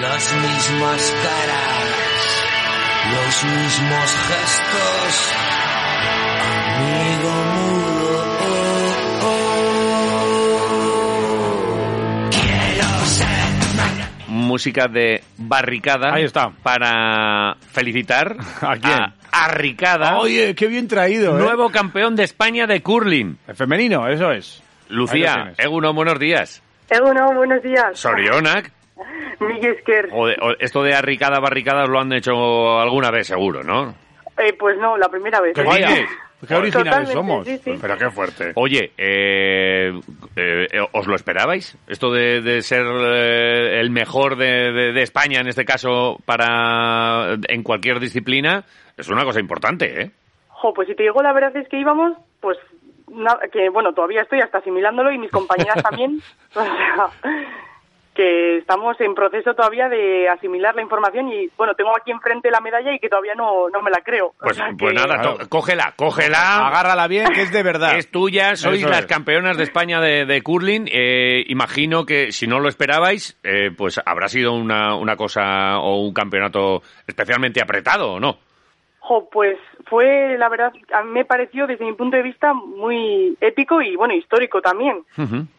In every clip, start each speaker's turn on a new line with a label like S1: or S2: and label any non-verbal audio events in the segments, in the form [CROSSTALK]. S1: las mismas caras, los mismos gestos, amigo mudo. oh, oh. Quiero ser mañana.
S2: Música de barricada.
S3: Ahí está.
S2: Para felicitar
S3: [LAUGHS] ¿A quién?
S2: Arricada,
S3: Oye, qué bien traído, ¿eh?
S2: nuevo campeón de España de curling.
S3: El femenino, eso es. Ahí lo
S2: Lucía,
S3: tienes.
S2: Eguno, buenos días.
S4: Eguno, buenos días.
S2: Sorionak.
S4: Miguel Esquer.
S2: O de- o- esto de arricada, barricadas lo han hecho alguna vez, seguro, ¿no?
S4: Eh, pues no, la primera vez.
S3: ¿Qué
S4: ¿eh?
S2: vaya.
S3: dices? Qué originales
S4: Totalmente,
S3: somos.
S4: sí, sí.
S3: Pero qué fuerte.
S2: Oye, eh, eh, eh, ¿os lo esperabais? Esto de, de ser eh, el mejor de, de- de España, en este caso, para en cualquier disciplina, es una cosa importante, ¿eh?
S4: Jo, pues si te digo la verdad es que íbamos, pues na- que bueno, todavía estoy hasta asimilándolo y mis
S2: [LAUGHS]
S4: compañeras también. O sea, que estamos en proceso todavía de asimilar la información y bueno, tengo aquí enfrente la medalla y que todavía no, no me la creo. O
S2: Pues,
S4: sea
S2: pues
S4: que-
S2: nada, to-
S3: Claro.
S2: cógela, cógela.
S3: Agárrala bien, que es de verdad.
S2: Es tuya, sois
S3: Eso
S2: las
S3: es.
S2: campeonas de España de, de curling. Eh, imagino que si no lo esperabais, eh, pues habrá sido una, una cosa o un campeonato especialmente apretado, ¿o no?
S4: Jo, pues fue, la verdad, a mí me pareció desde mi punto de vista muy épico y bueno, histórico también.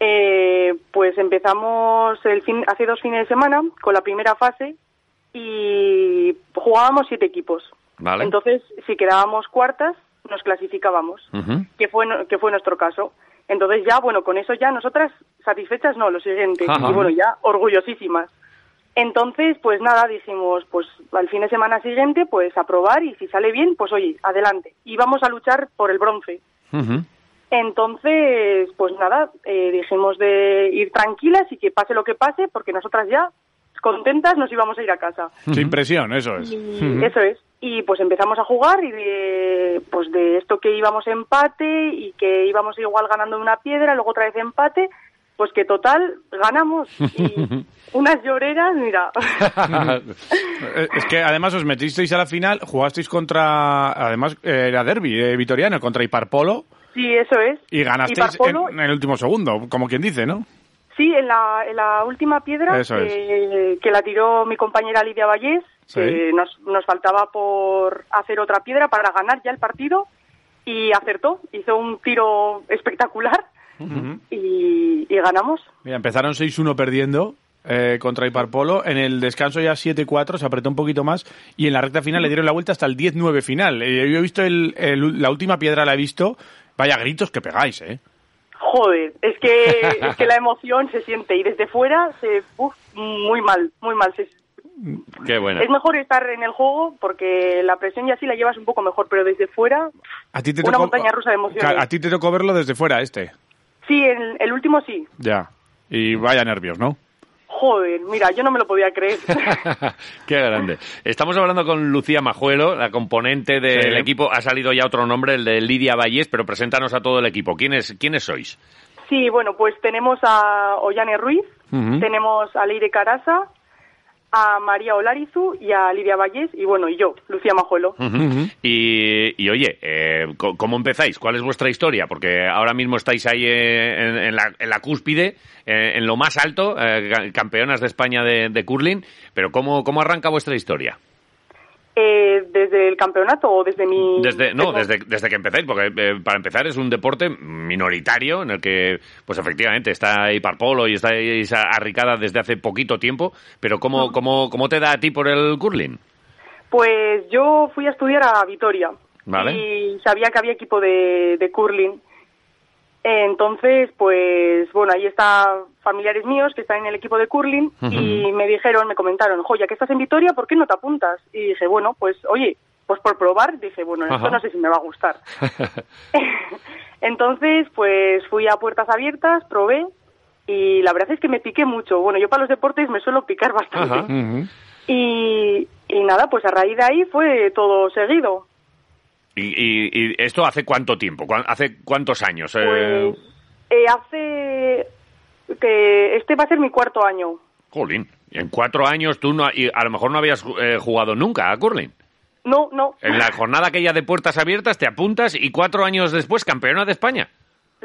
S4: Eh, pues empezamos el fin, hace dos fines de semana con la primera fase y jugábamos siete equipos.
S2: Vale.
S4: Entonces, si quedábamos cuartas, nos clasificábamos,
S2: Ujú.
S4: que, fue, no- que fue nuestro caso. Entonces ya, bueno, con eso ya nosotras satisfechas, no, lo siguiente.
S2: Ajá.
S4: Y bueno, ya orgullosísimas. Entonces, pues nada, dijimos, pues al fin de semana siguiente, pues a probar y si sale bien, pues oye, adelante. Y vamos a luchar por el bronce.
S2: Ujú.
S4: Entonces, pues nada, eh, dijimos de ir tranquilas y que pase lo que pase, porque nosotras ya, contentas, nos íbamos a ir a casa.
S3: Sin presión,
S2: [LAUGHS]
S3: eso es.
S4: Y eso es. Y pues empezamos a jugar y de, pues de esto que íbamos empate y que íbamos igual ganando una piedra, luego otra vez empate, pues que total, ganamos.
S3: [LAUGHS]
S4: Y unas lloreras, mira.
S3: Eh, es que además os metisteis a la final, jugasteis contra. Además, eh, era derby vitoriano, contra Iparpolo.
S4: sí, eso es.
S3: Y ganasteis
S4: Parpolo-
S3: en, en el último segundo, como quien dice, ¿no?
S4: Sí, en la, en la última piedra
S3: Eso
S4: que, que la tiró mi compañera Lidia Vallés,
S3: Sí.
S4: que nos, nos faltaba por hacer otra piedra para ganar ya el partido y acertó, hizo un tiro espectacular y, y ganamos.
S3: Mira, empezaron 6-1 perdiendo eh, contra Iparpolo. En el descanso ya 7-4, se apretó un poquito más. Y en la recta final le dieron la vuelta hasta el 10-9 final. Eh, yo he visto el- el- la última piedra, la he visto. Vaya gritos que pegáis, ¿eh?
S4: Joder,
S3: [LAUGHS]
S4: es que, es que la emoción se siente y desde fuera se... uf, muy mal, muy mal. se-
S2: Qué bueno. [LAUGHS]
S4: es mejor estar en el juego porque la presión y así la llevas un poco mejor, pero desde fuera...
S3: A ti te
S4: Una
S3: tocó,
S4: montaña rusa de emociones.
S3: Claro, A ti te tocó verlo desde fuera, este.
S4: Sí, el, el último sí.
S3: Ya. Y vaya nervios, ¿no?
S4: Joder, mira, yo no me lo podía
S3: [LAUGHS]
S4: creer.
S2: Qué grande. Estamos hablando con Lucía Majuelo, la componente del
S3: Sí.
S2: equipo. Ha salido ya otro nombre, el de Lidia Vallés, pero preséntanos a todo el equipo. ¿Quiénes, quiénes sois?
S4: Sí, bueno, pues tenemos a Ollane Ruiz,
S3: Ujú.
S4: tenemos a Leire Carasa, a María Olarizu y a Lidia Valles, y bueno, y yo, Lucía Majuelo.
S2: Y, y, oye, eh, co- ¿cómo empezáis? ¿Cuál es vuestra historia? Porque ahora mismo estáis ahí eh, en, en la, en la cúspide, eh, en lo más alto, eh, ga- campeonas de España de, de curling, pero ¿cómo, ¿cómo arranca vuestra historia?
S4: Eh, ¿Desde el campeonato o desde mi...?
S2: Desde, no,
S4: tengo-
S2: desde, desde que empecéis, porque eh, para empezar es un deporte minoritario en el que, pues efectivamente, está Hiparpolo y está Arricada desde hace poquito tiempo, pero ¿cómo, cómo, ¿cómo te da a ti por el curling?
S4: Pues yo fui a estudiar a Vitoria
S2: Vale.
S4: y sabía que había equipo de, de curling. Entonces, pues bueno, ahí están familiares míos que están en el equipo de curling y me dijeron, me comentaron, jo, ya que estás en Vitoria, ¿por qué no te apuntas? Y dije, bueno, pues oye, pues por probar, dije, bueno, esto
S2: Ajá.
S4: no sé si me va
S2: [LAUGHS]
S4: a gustar. [LAUGHS] Entonces, pues fui a puertas abiertas, probé y la verdad es que me piqué mucho. Bueno, yo para los deportes me suelo picar bastante.
S2: Ajá.
S4: Y, y nada, pues a raíz de ahí fue todo seguido.
S2: Y, y- y esto hace cuánto tiempo? ¿Cuán- ¿Hace cuántos años? Eh,
S4: Pues eh, hace que este va a ser mi cuarto año.
S2: Jolín, en cuatro años tú no, ha- y a lo mejor no habías eh, jugado nunca a curling.
S4: No, no.
S2: En la jornada aquella de puertas abiertas te apuntas y cuatro años después campeona de España.
S4: [LAUGHS]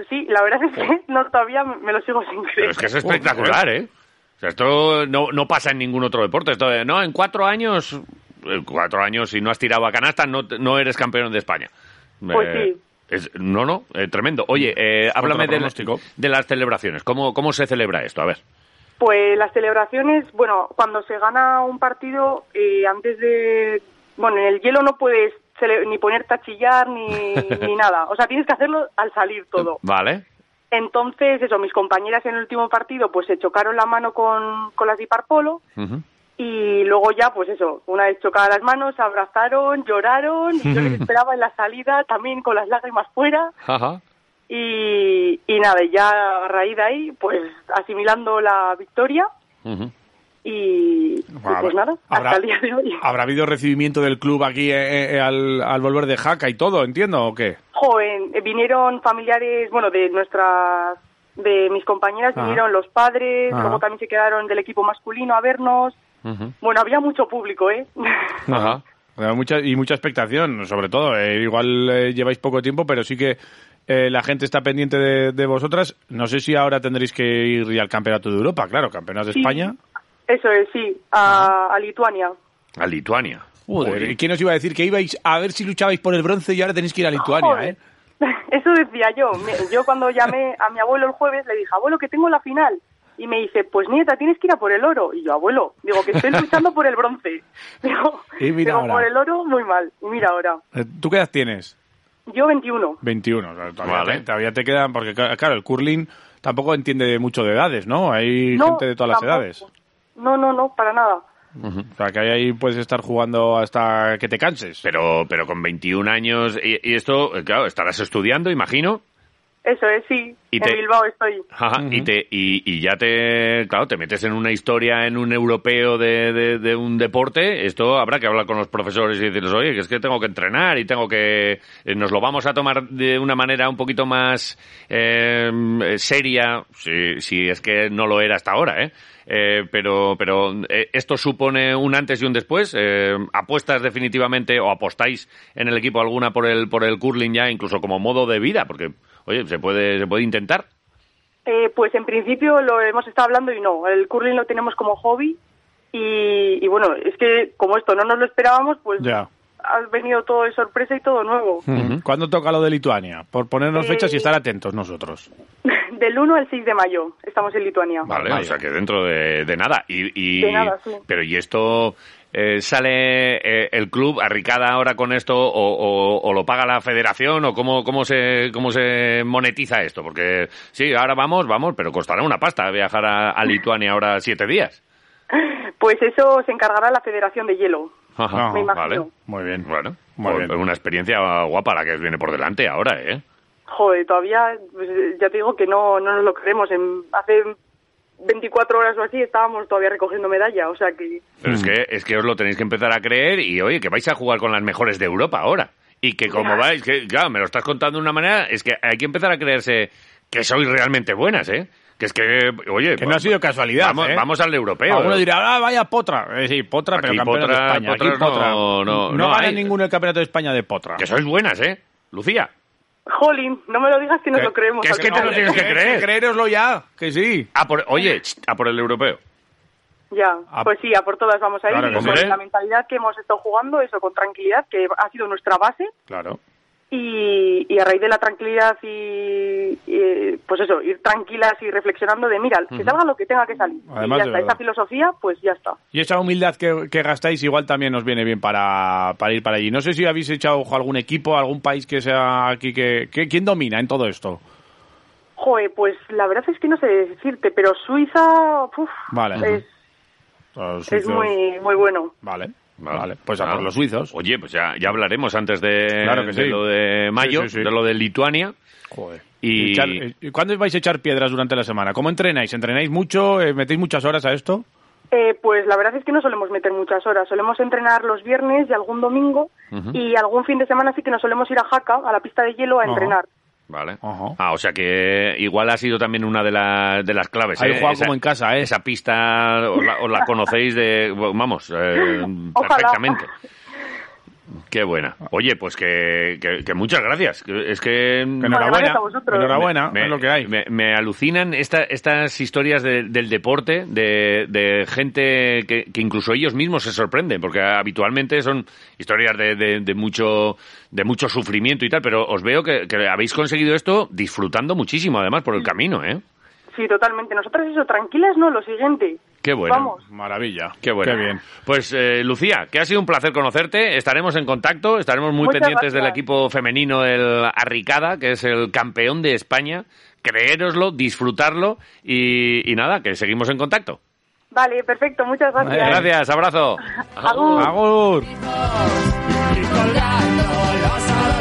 S4: Sí, la verdad es que no todavía me lo sigo sin creer.
S2: Pero es que es espectacular, ¿eh? sea, esto no, no pasa en ningún otro deporte. Esto de, no, en cuatro años, en cuatro años, si no has tirado a canasta, no, te- no eres campeón de España. Eh,
S4: Pues sí.
S2: es- no, no, eh, tremendo. Oye, eh, háblame del-
S3: pronóstico.
S2: de las celebraciones. ¿Cómo, ¿Cómo se celebra esto? A ver.
S4: Pues las celebraciones, bueno, cuando se gana un partido, eh, antes de... Bueno, en el hielo no puedes cele- ni ponerte a chillar ni, ni nada. O sea, tienes que hacerlo al salir todo.
S2: Vale.
S4: Entonces, eso, mis compañeras en el último partido pues se chocaron la mano con, con las de Iparpolo
S2: Ujú.
S4: y luego ya, pues eso, una vez chocadas las manos, se abrazaron, lloraron, y yo les esperaba en la salida también con las lágrimas fuera
S2: Ajá.
S4: y, y nada, y ya a raíz de ahí, pues asimilando la victoria
S2: Ujú.
S4: y, y pues nada, hasta el día
S3: [LAUGHS]
S4: de hoy.
S3: habrá Ah. habido recibimiento del club aquí eh, eh, al, al volver de Jaca y todo, entiendo, ¿o qué?
S4: Joven, eh, vinieron familiares, bueno, de nuestras, de mis compañeras,
S3: Ajá.
S4: vinieron los padres,
S3: Ajá.
S4: luego también se quedaron del equipo masculino a vernos.
S2: Ujú.
S4: Bueno, había mucho público, ¿eh?
S2: Ajá.
S3: Eh, Mucha, y mucha expectación, sobre todo. eh, igual eh, lleváis poco tiempo, pero sí que eh, la gente está pendiente de, de vosotras. No sé si ahora tendréis que ir ya al Campeonato de Europa, claro, Campeonato de
S4: Sí.
S3: España.
S4: [LAUGHS] Eso es, sí, a, a Lituania.
S2: A Lituania.
S3: Joder, ¿y ¿quién os iba a decir que ibais a ver si luchabais por el bronce y ahora tenéis que ir a Lituania,
S4: Joder.
S3: eh?
S4: [LAUGHS] Eso decía yo. Me- Yo cuando llamé a mi abuelo el jueves le dije, abuelo, que tengo la final. Y me dice, pues nieta, tienes que ir a por el oro. Y yo, abuelo, digo, que
S3: [LAUGHS]
S4: estoy luchando por el bronce. Digo,
S3: Y mira
S4: digo,
S3: ahora.
S4: por el oro, muy mal. Y mira ahora,
S3: Eh, ¿Tú qué edad tienes?
S4: yo 21.
S3: 21, o sea, todavía,
S2: Vale.
S3: te, todavía te quedan, porque ca- claro, el curling tampoco entiende mucho de edades, ¿no? Hay gente de todas las
S4: tampoco.
S3: edades.
S4: No, no, no, para nada.
S3: O sea, que ahí- ahí puedes estar jugando hasta que te canses.
S2: Pero, pero con 21 años, y, y esto, eh, claro, estarás estudiando, imagino.
S4: Eso es, sí.
S2: Y
S4: en
S2: te-
S4: Bilbao estoy.
S2: Ajá, y, te, y, y ya te, claro, te metes en una historia, en un europeo de, de, de un deporte, esto habrá que hablar con los profesores y decirles, oye, que es que tengo que entrenar y tengo que, eh, nos lo vamos a tomar de una manera un poquito más eh, eh, seria, si, si es que no lo era hasta ahora, ¿eh? Eh, pero pero eh, esto supone un antes y un después. Eh, apuestas definitivamente o apostáis en el equipo alguna por el por el curling ya incluso como modo de vida, porque oye se puede se puede intentar.
S4: Eh, pues en principio lo hemos estado hablando y no, el curling lo tenemos como hobby y, y bueno, es que como esto no nos lo esperábamos, pues
S3: Ya.
S4: ha venido todo de sorpresa y todo nuevo.
S3: ¿Eh? ¿Cuándo toca lo de Lituania? Por ponernos
S4: Eh,
S3: fechas y estar atentos nosotros.
S2: Mm.
S4: [LAUGHS] Del 1 al 6 de mayo estamos en Lituania.
S2: Vale,
S3: Vaya.
S2: o sea que dentro de, de nada. Y, y-
S4: De nada, sí.
S2: Pero ¿y esto eh, sale eh, el club arricada ahora con esto o, o- o lo paga la federación o cómo, cómo, se, cómo se monetiza esto? Porque sí, ahora vamos, vamos, pero costará una pasta viajar a, a Lituania ahora siete días.
S4: Pues eso se encargará la Federación de Hielo.
S2: Ajá, [LAUGHS]
S3: Me
S4: imagino.
S2: vale.
S3: Muy bien.
S2: Bueno,
S3: Muy
S2: pues
S3: bien.
S2: una experiencia guapa la que viene por delante ahora, ¿eh?
S4: Joder, todavía pues, ya te digo que no, no nos lo creemos. En, hace 24 horas o así estábamos todavía recogiendo medalla, o sea que...
S2: Pero
S3: Hmm.
S2: es que, es que os lo tenéis que empezar a creer y oye, que vais a jugar con las mejores de Europa ahora. Y que como
S4: Ya.
S2: vais, que claro, me lo estás contando de una manera, es que hay que empezar a creerse que sois realmente buenas, ¿eh? Que es que, oye,
S3: Que no ha sido casualidad,
S2: vamos,
S3: ¿eh?
S2: vamos al europeo.
S3: Alguno dirá, ah, vaya potra. Eh, sí, potra,
S2: Aquí
S3: pero campeona de
S2: potra-
S3: España. Aquí
S2: potras no-
S3: potra.
S2: no- no
S3: gana
S2: hay.
S3: ninguno el campeonato de España de potra.
S2: Que sois buenas, ¿eh? Lucía.
S4: Jolín, no me lo digas que nos
S2: Que-
S4: lo creemos.
S2: que es
S4: al
S2: que te
S4: final.
S2: lo tienes que creer.
S3: Creéroslo ya, que sí.
S2: A por, oye, ch, a por el europeo.
S4: Ya,
S3: A-
S4: pues sí, a por todas vamos a ir.
S3: Claro
S4: y
S3: que
S4: con
S2: Ah. sí.
S4: la mentalidad que hemos estado jugando, eso con tranquilidad, que ha sido nuestra base.
S3: Claro.
S4: Y, y a raíz de la tranquilidad y, y, pues eso, ir tranquilas y reflexionando de, mira, que salga lo que tenga que salir.
S3: Además,
S4: y ya
S3: de
S4: está,
S3: verdad.
S4: esa filosofía, pues ya está.
S3: Y esa humildad que, que gastáis igual también nos viene bien para, para ir para allí. No sé si habéis echado ojo a algún equipo, a algún país que sea aquí que, que- ¿Quién domina en todo esto?
S4: Joe, pues la verdad es que no sé decirte, pero Suiza, uf,
S3: Vale.
S4: es,
S3: Los
S4: es
S3: suizos.
S4: muy, muy bueno.
S3: Vale. Vale. Pues a por
S2: Ah.
S3: los suizos.
S2: Oye, pues ya, ya hablaremos antes de,
S3: Claro que
S2: de
S3: sí.
S2: lo de mayo,
S3: Sí, sí, sí.
S2: de lo de Lituania.
S3: Joder.
S2: Y-
S3: Echar- eh, ¿Cuándo vais a echar piedras durante la semana? ¿Cómo entrenáis? ¿Entrenáis mucho? Eh, ¿Metéis muchas horas a esto?
S4: Eh, pues la verdad es que no solemos meter muchas horas, solemos entrenar los viernes y algún domingo y algún fin de semana sí que nos solemos ir a Jaca, a la pista de hielo, a
S3: Ajá.
S4: entrenar.
S2: Vale.
S3: Ajá.
S2: Ah, o sea que igual ha sido también una de, las de las claves.
S3: Ahí
S2: ¿eh?
S3: juega
S2: Esa-
S3: como en casa, ¿eh?
S2: Esa pista os la, os la conocéis de, vamos, eh,
S4: Ojalá.
S2: perfectamente. Qué buena. Oye, pues que, que- que muchas gracias. Que- Es que...
S3: Enhorabuena.
S4: gracias a vosotros.
S3: Enhorabuena,
S2: Me-
S3: es lo que hay.
S2: Me, me alucinan esta- estas historias de- del deporte, de, de gente que, que incluso ellos mismos se sorprenden, porque habitualmente son historias de, de- de mucho, de mucho sufrimiento y tal, pero os veo que, que habéis conseguido esto disfrutando muchísimo, además, por el camino, ¿eh?
S4: Sí, totalmente. Nosotras eso, tranquilas, no, lo siguiente.
S2: Qué bueno.
S4: Vamos.
S3: Maravilla.
S2: Qué bueno.
S3: bien.
S2: Pues eh, Lucía, que ha sido un placer conocerte. Estaremos en contacto, estaremos muy
S4: Muchas
S2: pendientes del
S4: gracias.
S2: equipo femenino del Arricada, que es el campeón de España. Creéroslo, disfrutarlo y, y nada, que seguimos en contacto.
S4: Vale, perfecto, muchas gracias.
S2: Gracias, abrazo.
S4: Agur.
S1: oh.
S3: Agur.
S1: colgando los